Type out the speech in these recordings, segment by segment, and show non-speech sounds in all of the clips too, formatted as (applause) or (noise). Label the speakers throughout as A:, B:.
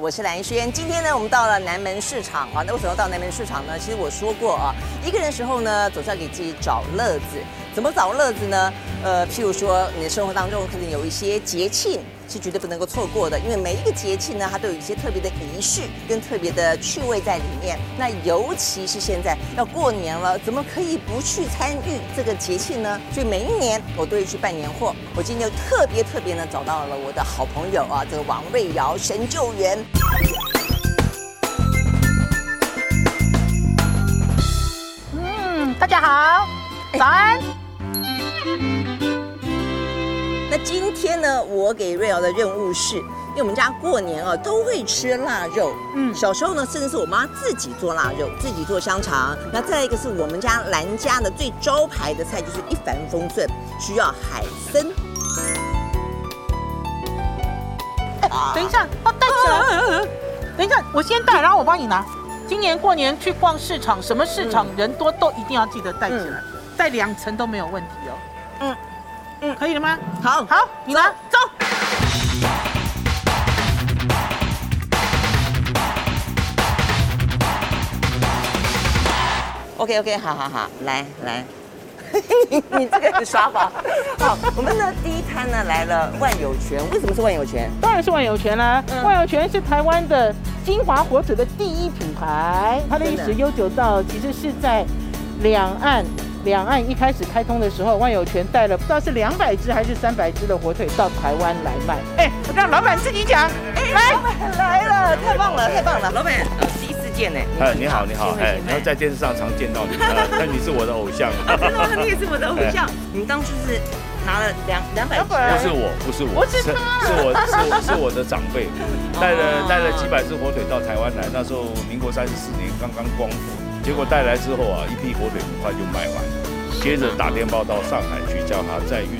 A: 我是蓝轩，今天呢，我们到了南门市场啊。那为什么要到南门市场呢？其实我说过啊，一个人的时候呢，总是要给自己找乐子。怎么找乐子呢？呃，譬如说，你的生活当中可能有一些节庆是绝对不能够错过的，因为每一个节庆呢，它都有一些特别的仪式跟特别的趣味在里面。那尤其是现在要过年了，怎么可以不去参与这个节庆呢？所以每一年我都会去办年货。我今天就特别特别呢，找到了我的好朋友啊，这个王瑞瑶神救援。
B: 嗯，大家好，早安。
A: 那今天呢，我给瑞瑶的任务是，因为我们家过年啊都会吃腊肉，嗯，
B: 嗯
A: 小时候呢，甚至是我妈自己做腊肉，自己做香肠。那再一个是我们家兰家的最招牌的菜就是一帆风顺，需要海参。啊
B: 等一下，要带起来。等一下，我先带，然后我帮你拿。今年过年去逛市场，什么市场人多都一定要记得带起来，带两层都没有问题哦。
A: 嗯
B: 嗯
A: 嗯
B: 嗯，可以了吗？
A: 好，
B: 好，你拿，走。
A: OK OK，好好好，来来，你 (laughs) 你这个耍法。 (laughs) 好，我们呢第一摊呢来了万有泉，为什么是万有泉？
B: 当然是万有泉啦、
A: 嗯
B: 万有泉是台湾的金华火腿的第一品牌，嗯它的历
A: 真的
B: 史悠久到其实是在两岸。两岸一开始开通的时候，万有泉带了不知道是两百只还是三百只的火腿到台湾来卖。哎，让老板自己讲。哎来，
A: 来了，哎太棒了太棒了，老板，呃第一次见呢。
C: 哎，你好，你好，
A: 新的
C: 哎
A: 品，牌
C: 然后在电视上常见到你， (laughs) 呃那你是我的偶像，
A: 啊，真的吗？你也是我的偶像。你当初是拿了两两百
B: 两百
C: 不是哎我，不是我，
B: 我知
C: 是
B: 道
C: 是我是我是我的长辈，带了带了几百只火腿到台湾来，那时候民国三十四年刚刚光复，结果带来之后啊，一批火腿很快就卖完了，接着打电报到上海去叫他再运，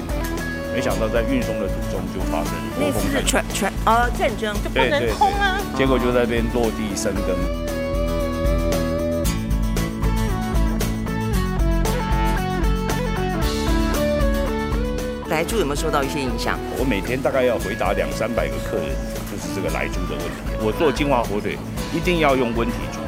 C: 没想到在运送的途中就发生
A: 那
C: 国
A: 次
C: 风
A: 是
C: 战
A: 全全呃战争，
B: 就不
C: 对
B: 能
C: 对
B: 空啊！
C: 对，结果就在那边落地生根。
A: 来住有没有受到一些影响？
C: 我每天大概要回答两三百个客人，就是这个来猪的问题。我做金华火腿一定要用温体猪，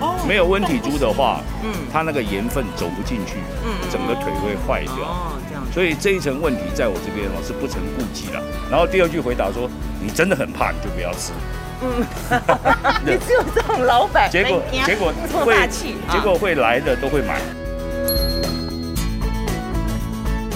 B: 哦
A: 嗯
B: (laughs)
C: 没有温体猪的话，
A: 嗯
C: 它那个盐分走不进去
A: 嗯，
C: 整个腿会坏掉。
A: 哦，这样子。
C: 所以这一层问题在我这边哦是不成顾忌了。然后第二句回答说，你真的很怕，你就不要吃。
A: 嗯，你只有这种老板，
C: (laughs) 结果
A: (laughs) 没
B: 哎
A: 听啊
B: 啊
C: 结果
A: 这么
C: 会
A: 大气，啊
C: 结果会来的都会买。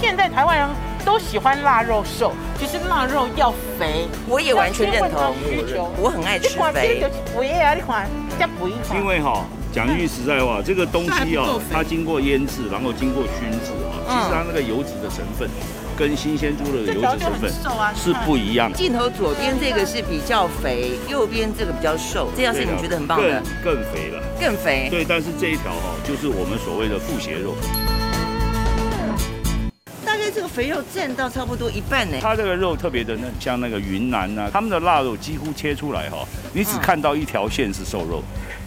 B: 现在台湾人都喜欢腊肉瘦，其实腊肉要肥，
A: 我也完全认
B: 要
A: 同
B: 切。换到需求。
A: 我很爱
B: 你
A: 吃
B: 看这
A: 肥
B: 个，就是肥啊，你看，这肥啊款
C: 因为哈、讲句实在话，这个东西
B: 嗯不够
C: 哦
B: 肥，
C: 它经过腌制，然后经过熏制啊、
A: 嗯
C: 其实它那个油脂的成分跟新鲜猪的
B: 这
C: 油
B: 条
C: 脂
B: 就
C: 成
B: 很
C: 分
B: 瘦啊，
C: 是不一样的。
A: 镜头左边这个是比较肥，右边这个比较瘦，这条是你觉得很棒的，
C: 更更肥了。
A: 更肥。
C: 对，但是这一条哈、就是我们所谓的腹斜肉，
A: 大概这个肥肉占到差不多一半呢。
C: 它这个肉特别的嫩，像那个云南呐、他们的腊肉几乎切出来哈、你
B: 嗯
C: 只看到一条线是瘦肉，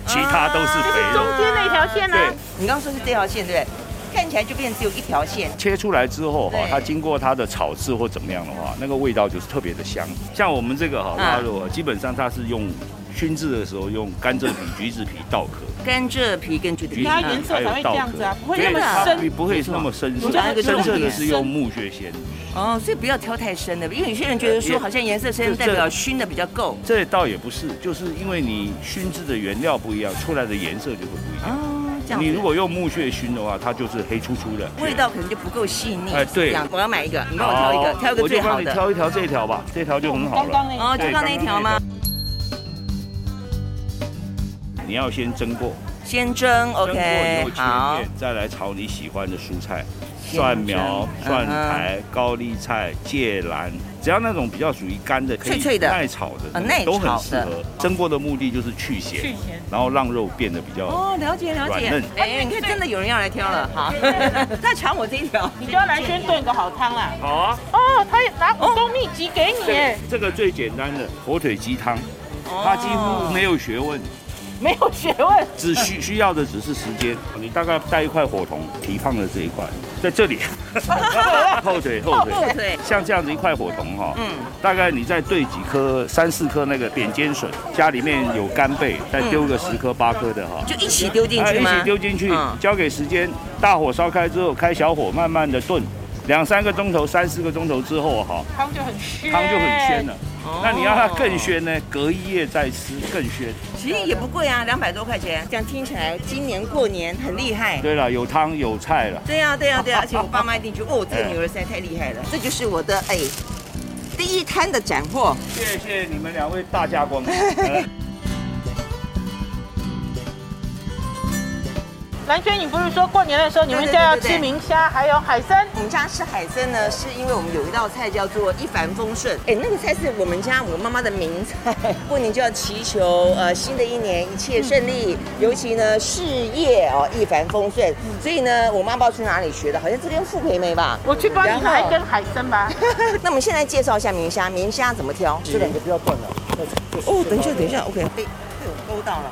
C: 其他都是肥肉。
B: 中间那条线啊呢、
C: 对，
A: 你刚刚说是这条线对不对？看起来就变成只有一条线。
C: 切出来之后哈
A: 对，
C: 它经过它的炒制或怎么样的话，那个味道就是特别的香。像我们这个哈
A: 嗯
C: 腊肉啊，基本上它是用熏制的时候用甘蔗皮、橘子皮倒壳，
A: 甘蔗皮跟橘子皮，
B: 它颜色才会这样子啊不会那么
C: 对它
B: 深
C: 不不会那么深
A: 我觉得那个
C: 色。深色
A: 重
C: 的
A: 点
C: 是用木屑鲜，
A: 哦，所以不要挑太深的，因为有些人觉得
C: 呃
A: 说好像颜色深
C: 对
A: 代表熏的比较够。
C: 这倒也不是，就是因为你熏制的原料不一样，出来的颜色就会不一样。
A: 哦，这样子。
C: 你如果用木屑熏的话，它就是黑粗粗的，
A: 味道可能就不够细腻。
C: 哎对
A: 这样我要买一个，你帮我挑一个，挑一个
C: 我
A: 最
C: 就
A: 好
C: 帮你
A: 的。
C: 挑一条这一条吧，这条就很好
B: 刚刚
C: 了。
B: 那
A: 哦，
B: 个
A: 就放那一条吗？
C: 你要先蒸过。
A: 先蒸
C: 蒸过以
A: ，OK，
C: 后切
A: 好
C: 片，，再来炒你喜欢的蔬菜，蒜苗、
A: 先蒸嗯
C: 蒜苔、高丽菜、芥蓝，只要那种比较属于干的、可
A: 脆
C: 以
A: 脆的
C: 耐炒
A: 呃
C: 的
A: 耐，
C: 都很
A: 炒
C: 适
A: 的哦
C: 合。蒸过的目的就是
B: 去
C: 去咸，
B: 咸。
C: 然后让肉变得比较。
A: 哦，了解了解
C: 软嫩。
A: 哎，你看，真的有人要来挑
C: (laughs)
A: 了，好，他抢我这一条。
B: 你叫蓝轩炖个好汤啦、
C: 好啊，
B: 哦，他也拿古冬秘籍
A: 哦
B: 给你
C: 这
B: 耶
C: 个。这个最简单的火腿鸡汤，它几乎没有学问，
B: 没有学问。
C: 只需需要的只是时间，你大概带一块火筒，蹄胖的这一块，在这里， (laughs) 后腿后腿，
A: 后腿
C: 像这样子一块火筒哈，
A: 嗯
C: 嗯，大概你再兑几颗三四颗那个扁尖笋，家里面有干贝，再丢个十颗八颗的哈。
A: 就一嗯起丢进
C: 啊
A: 去
C: 一
A: 吗？
C: 起丢进去
A: 嗯，
C: 交给时间，大火烧开之后，开小火慢慢的炖，两三个钟头、三四个钟头之后哈，
B: 汤就很鲜，
C: 汤就很鲜啊了。。
A: 哦
C: 那你要它更，鲜呢，隔一夜再吃更鲜。
A: 其实也不贵啊，两百多块钱。这样听起来，今年过年很厉害。
C: 对了，有汤有菜哎了。
A: 对呀、啊对呀、对呀、而且我爸妈一定觉得，哦，这个女儿实在太厉害了。这就是我的哎，第一摊的斩获。
C: 谢谢你们两位大驾光临。
B: 蓝轩，你不是说过年的时候你们
A: 对对
B: 家要
A: 对对对
B: 吃明虾，还有海参？
A: 我们家吃海参呢，是因为我们有一道菜叫做一帆风顺。哎，那个菜是我们家我妈妈的名 (laughs) 菜。过年就要祈求呃新的一年一切顺利，尤其呢事业哦一帆风顺。所以呢，我妈不知道去哪里学的，好像这边傅培梅吧。
B: 我去帮你拿一
A: 然
B: 根海参
A: (laughs)
B: 吧。
A: 后那我们现在介绍一下明虾，明虾怎么挑？
D: 这两个不要断了。那
A: 哦，等一下，等一下，OK。被被我勾到了。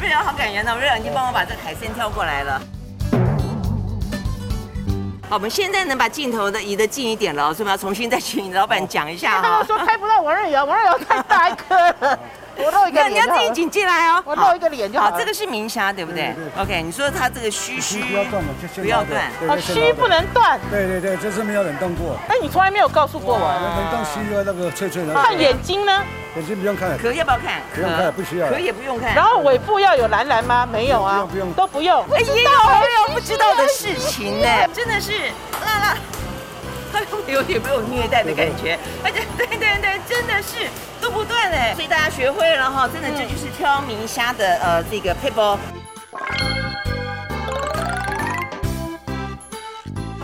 A: 瑞阳好感人哦，瑞阳已经帮我把这个海参挑过来了。好，我们现在能把镜头的移得近一点了哦，所以我们要重新再请老板讲一下
B: 他
A: 哈
B: 们。说拍不到王瑞瑶，王瑞瑶太大一颗
A: (laughs)
B: 了，我露一
A: 那
B: 个
A: 你要
B: 脸就
A: 自
B: 好
A: 己
B: 了。
A: 紧进来哦。
B: 我露一个脸就好
A: 好，
B: 了。
A: 这个是明虾，对不
D: 对
A: 对
D: 对
A: ？OK，你说它这个须须
D: 不要断了，就先
A: 不要
D: 拉着
A: 断
D: 对
B: 哦，
D: 对先拉
B: 须
D: 着
B: 不能断。
D: 对对对，这是没有冷冻过，
B: 哎，你从来没有告诉过我。
D: 冷冻须要那个脆脆的。
B: 看眼睛呢？
D: 眼睛不用看了，
A: 壳要不要看？
D: 不用看不需要
A: 壳也不用看。
B: 然后尾部要有蓝蓝吗？没有啊，
D: 不用不用
B: 都不用。
A: 哎，也有朋友不知道的事情呢，真的是啦啦，他有点被我虐待的感觉，而且对对对，真的是都不断哎，所以大家学会了哈，真的这就是挑明虾的呃这个配包。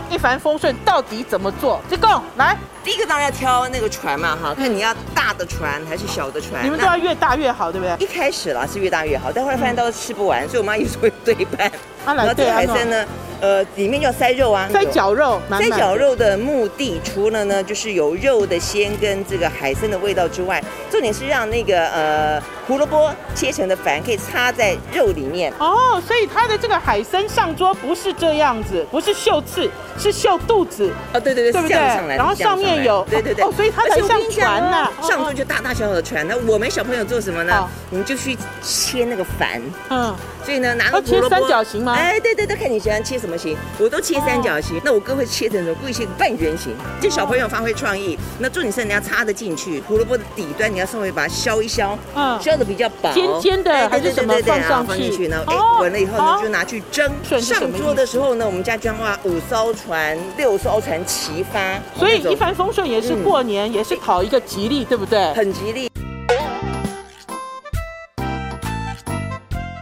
B: 一帆风顺到底怎么做？志贡来，
A: 第一个当然要挑那个船嘛哈，看你要大的船还是小的船。
B: 你们都要越大越好，对不对？
A: 一开始啦是越大越好，但后来发现都吃不完，所以我妈有时候会对一半。
B: 啊来
A: 然后这
B: 对
A: 个
B: 啊
A: 海参呢，呃，里面要塞肉啊，
B: 塞绞肉，满
A: 塞
B: 满
A: 绞肉的目的，除了呢就是有肉的鲜跟这个海参的味道之外，重点是让那个呃胡萝卜切成的矾可以插在肉里面。
B: 哦，所以它的这个海参上桌不是这样子，不是秀刺，是秀肚子。
A: 哦，对对对，
B: 啊对不
A: 是
B: 对
A: 这样上来的。
B: 然后
A: 是这样
B: 上面
A: 来的
B: 有
A: 对对对，
B: 哦所以它才
A: 而且我
B: 像
A: 跟你讲
B: 船呐
A: 啊
B: 哦
A: 上桌就大大小小的船。那我们小朋友做什么呢
B: 哦？
A: 我们就去切那个矾。
B: 嗯，
A: 所以呢，拿个
B: 要切
A: 胡萝卜
B: 三角形吗哦
A: 哎，对对对，看你喜欢切什么形，我都切三角形。那我哥会切成什么？故意切个半圆形，这小朋友发挥创意。那重点是你要插得进去，胡萝卜的底端你要稍微把它削一削，
B: 嗯
A: 削的比较薄，
B: 尖尖的
A: 哎
B: 还是什么
A: 对对对对
B: 放上
A: 然后放进
B: 去
A: 去呢？
B: 哦
A: 哎，滚了以后呢
B: 哦，
A: 就拿去蒸。
B: 顺是什么
A: 上桌的时候呢，我们家装哇五艘船、六艘船齐发，哦
B: 所以
A: 那种
B: 一帆风顺也是过年，也是讨一个吉利，对不对？
A: 很吉利。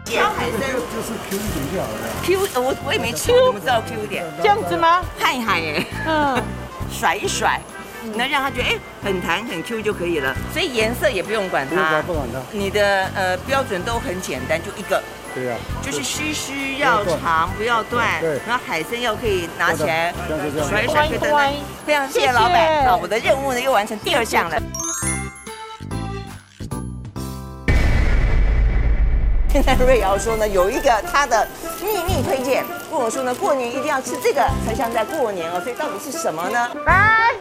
A: 挑海参
D: 就是 Q 一点就好了。
A: Q，呃我我也没吃，我怎么知道 Q 点？
B: 这样子吗？
A: 嗨嗨哎，
B: 嗯，
A: 甩一甩，
D: 嗯
A: 那让它觉得哎、很弹很 Q 就可以了。所以颜色也不用管
D: 不用
A: 它
D: 管，不管它，
A: 你的呃标准都很简单，就一个，
D: 对呀、
A: 就是须须要长，不要断
D: 对，
A: 然后海参要可以拿起来
D: 这样就这样
A: 甩一甩，可以等
B: 欢迎欢
A: 等
B: 迎。
A: 非常谢
B: 谢
A: 谢
B: 谢
A: 老板啊，我的任务呢又完成第二项了。现在瑞瑶说呢，有一个她的秘密推荐，跟我说呢，过年一定要吃这个才像在过年哦，所以到底是什么呢？
B: 来，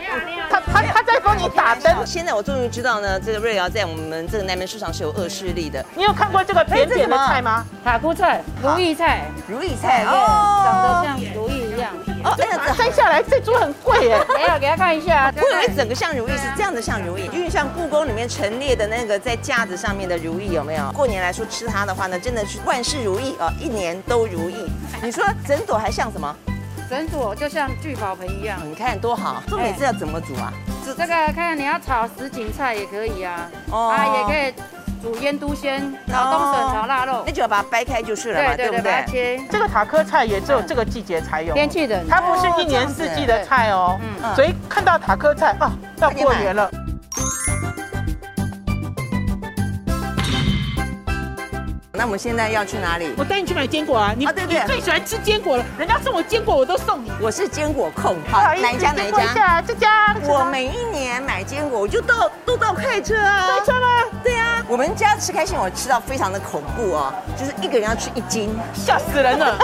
B: 他他他在帮你打灯。
A: 现在我终于知道呢，这个瑞瑶在我们这个南门市场是有恶势力的
B: 你有看过哎这个扁扁的菜吗？
E: 塔菇菜、如意菜，
A: 如意菜
E: 长得
A: 哦，
E: 像如意一样。
A: 哦，哎呀，这
B: 摘下来这株很贵耶。
E: 等一下给他看一下，
A: 我以为整个像如意是这样的像如意，因为像故宫里面陈列的那个在架子上面的如意有没有？过年来说吃它的话呢，真的是万事如意哦，一年都如意。你说整朵还像什么？哦
E: 整朵就像聚宝盆一样。
A: 你看多好，重点是要怎么煮啊？
E: 这个看看你要炒什锦菜也可以啊，
A: 哦
E: 啊也可以煮腌都鲜、炒冬笋、炒腊肉
A: 那，就要把它掰开就是了嘛，
E: 对
A: 哦对
E: 对
A: 不
E: 对，
A: 对
E: 把它？切。
B: 这个塔科菜也只有这个季节才有，
E: 天气冷，
B: 它不是一年四季的菜哦。
A: 嗯
B: 所以看到塔科菜啊，到过年了。
A: 那我们现在要去哪里？
B: 我带你去买坚果啊，你
A: 啊对对
B: 你最喜欢吃坚果了，人家送我坚果我都送你。
A: 我是坚果控，
B: 不
A: 好，哪一家哪
B: 经
A: 一
B: 过
A: 家？
B: 下这家，
A: 我每一年买坚果，我就到都到快车啊。
B: 开车吗？
A: 对啊，我们家吃开心果吃到非常的恐怖哦，就是一个人要吃一斤。
B: 吓死人了。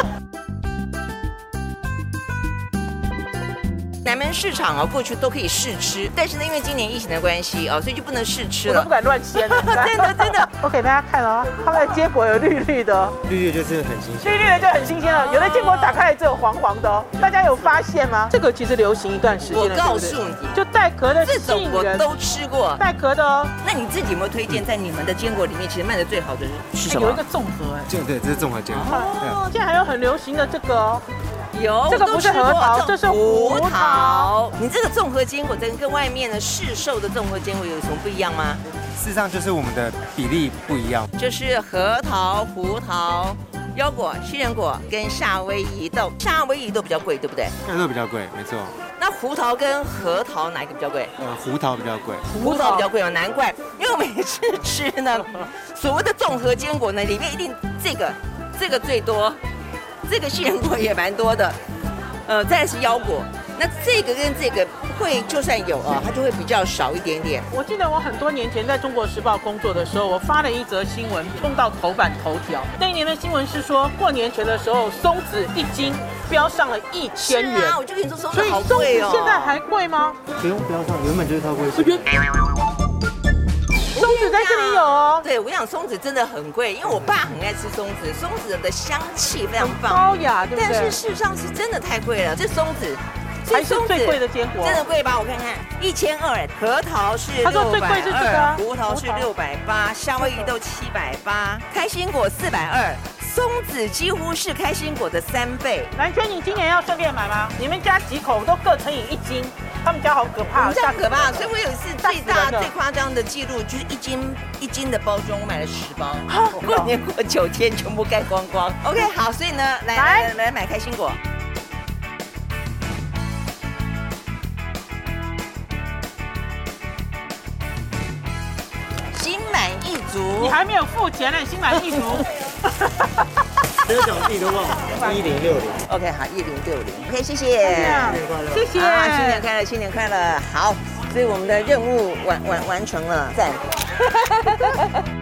A: 南门市场啊，过去都可以试吃，但是呢，因为今年疫情的关系哦，所以就不能试吃
B: 我都不
A: 了。
B: 敢乱切了。
A: (laughs) 真的真的，
B: (laughs) 我给大家看哦，他们的坚果有绿绿的哦，
F: 绿绿就真的很新鲜。
B: 绿绿的就很新鲜了。有的坚果打开来只有黄黄的哦，大家有发现吗？这个其实流行一段时间
A: 我
B: 了，
A: 告
B: 对不
A: 诉
B: 对
A: 你，
B: 就带壳的
A: 这种
B: 杏
A: 我
B: 仁，
A: 都吃过。
B: 带壳的哦，
A: 那你自己有没有推荐在你们的坚果里面，其实卖的最好的是什
B: 有一
A: 么？
B: 个综合哎。
F: 就对，这是综合坚果。对啊
B: 哦，现在还有很流行的这个哦，
A: 有，
B: 这个不是核桃
A: 我都
B: 这
A: 吃
B: 是
A: 过
B: 胡
A: 胡桃
B: 桃。
A: 你这个综合坚果跟跟外面的市售的综合坚果有什么不一样吗？
F: 事实上就是我们的比例不一样，
A: 就是核桃、胡桃、腰果、杏仁果跟夏威夷豆。夏威夷豆比较贵，对不对？
F: 那都比较贵，没错。
A: 那胡桃跟核桃哪一个比较贵？
F: 呃，胡桃比较贵，
A: 葡萄比较贵哦，难怪，因为我每次吃呢，所谓的综合坚果呢，里面一定这个这个最多，这个杏仁果也蛮多的，呃，再来是腰果，那这个跟这个会就算有啊，它就会比较少一点点。
B: 我记得我很多年前在中国时报工作的时候，我发了一则新闻，冲到头版头条。那一年的新闻是说，过年前的时候，松子一斤飙上了一千元。
A: 是啊，我就跟你说，松子
B: 所以
A: 好
B: 松子
A: 贵哦。
B: 现在还贵吗？
F: 不用不要上，原本就是超过一千。
B: 松子在这里有哦，
A: 对，我想松子真的很贵，因为我爸很爱吃松子，松子的香气非常棒，
B: 高雅，对不
A: 但是？
B: 对
A: 事实上是真的太贵了，这松子。这
B: 还是
A: 松子
B: 最贵的坚果
A: 真的贵吧？我看看，一千二哎，核桃是
B: 他
A: 六
B: 说最
A: 百
B: 贵是这个
A: 二，
B: 啊
A: 胡桃是
B: 胡桃
A: 六百八，夏威夷豆七百八，开心果四百二，松子几乎是开心果的三倍。
B: 蓝轩，你今年要顺便买吗？你们家几口都各乘以一斤，他们家好可
A: 我
B: 怕，
A: 们这样可怕，
B: 吓
A: 所以
B: 死人
A: 我有一次
B: 吓
A: 最
B: 死
A: 大
B: 人了
A: 最夸张的记录就是一斤一斤的包装，我买了十包，
B: 真的哦
A: 过年过九天全部盖光光。OK，好，所以呢，来来
B: 来
A: 来来买开心果。心满意足
B: 你，还没有付钱呢，心满意足。
F: 真的讲自己都忘
B: (laughs)
F: 了，一零六零。
A: OK，好，一零六零，OK，谢谢，
B: 哎谢谢，
A: 啊新年快乐，新年快乐，好，所以我们的任务完完完成了，赞。 (laughs)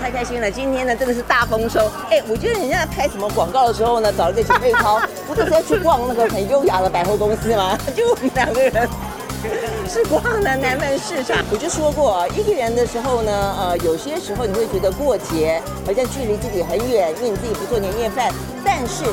A: 太开心了！今天呢，真的是大丰收。哎，我觉得人家在拍什么广告的时候呢，找了一个姐妹淘， (laughs) 不都是要去逛那个很优雅的百货公司吗？ (laughs) 就我们两个人。是逛的南门市场，我就说过啊，一个人的时候呢，呃，有些时候你会觉得过节好像距离自己很远，因为你自己不做年夜饭，但是。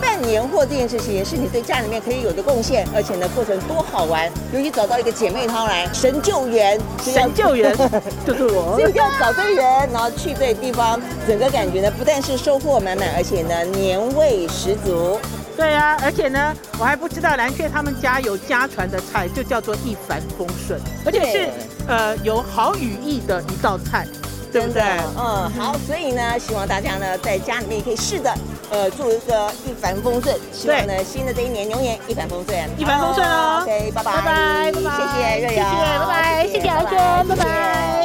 A: 办年货这件事情也是你对家里面可以有的贡献，而且呢，过程多好玩，尤其找到一个姐妹淘来，神救援，所以要
B: 神救
A: (laughs)
B: 援就是我
A: 所。以要找对人，然后去对地方，整个感觉呢，不但是收获满满，而且呢，年味十足。
B: 对啊，而且呢，我还不知道蓝雀他们家有家传的菜，就叫做一帆风顺，而且
A: 对
B: 是呃有好羽翼的一道菜，对不
A: 真的
B: 对？，
A: 嗯，好，所以呢，希望大家呢在家里面也可以试着，呃，做一个一帆风顺。希望呢，新的这一年牛年一帆风顺，
B: 一帆风顺哦
A: OK，拜拜，
B: 拜拜拜拜
A: 谢谢瑞瑶，
B: 谢谢拜拜谢谢阿娟拜拜
A: 谢谢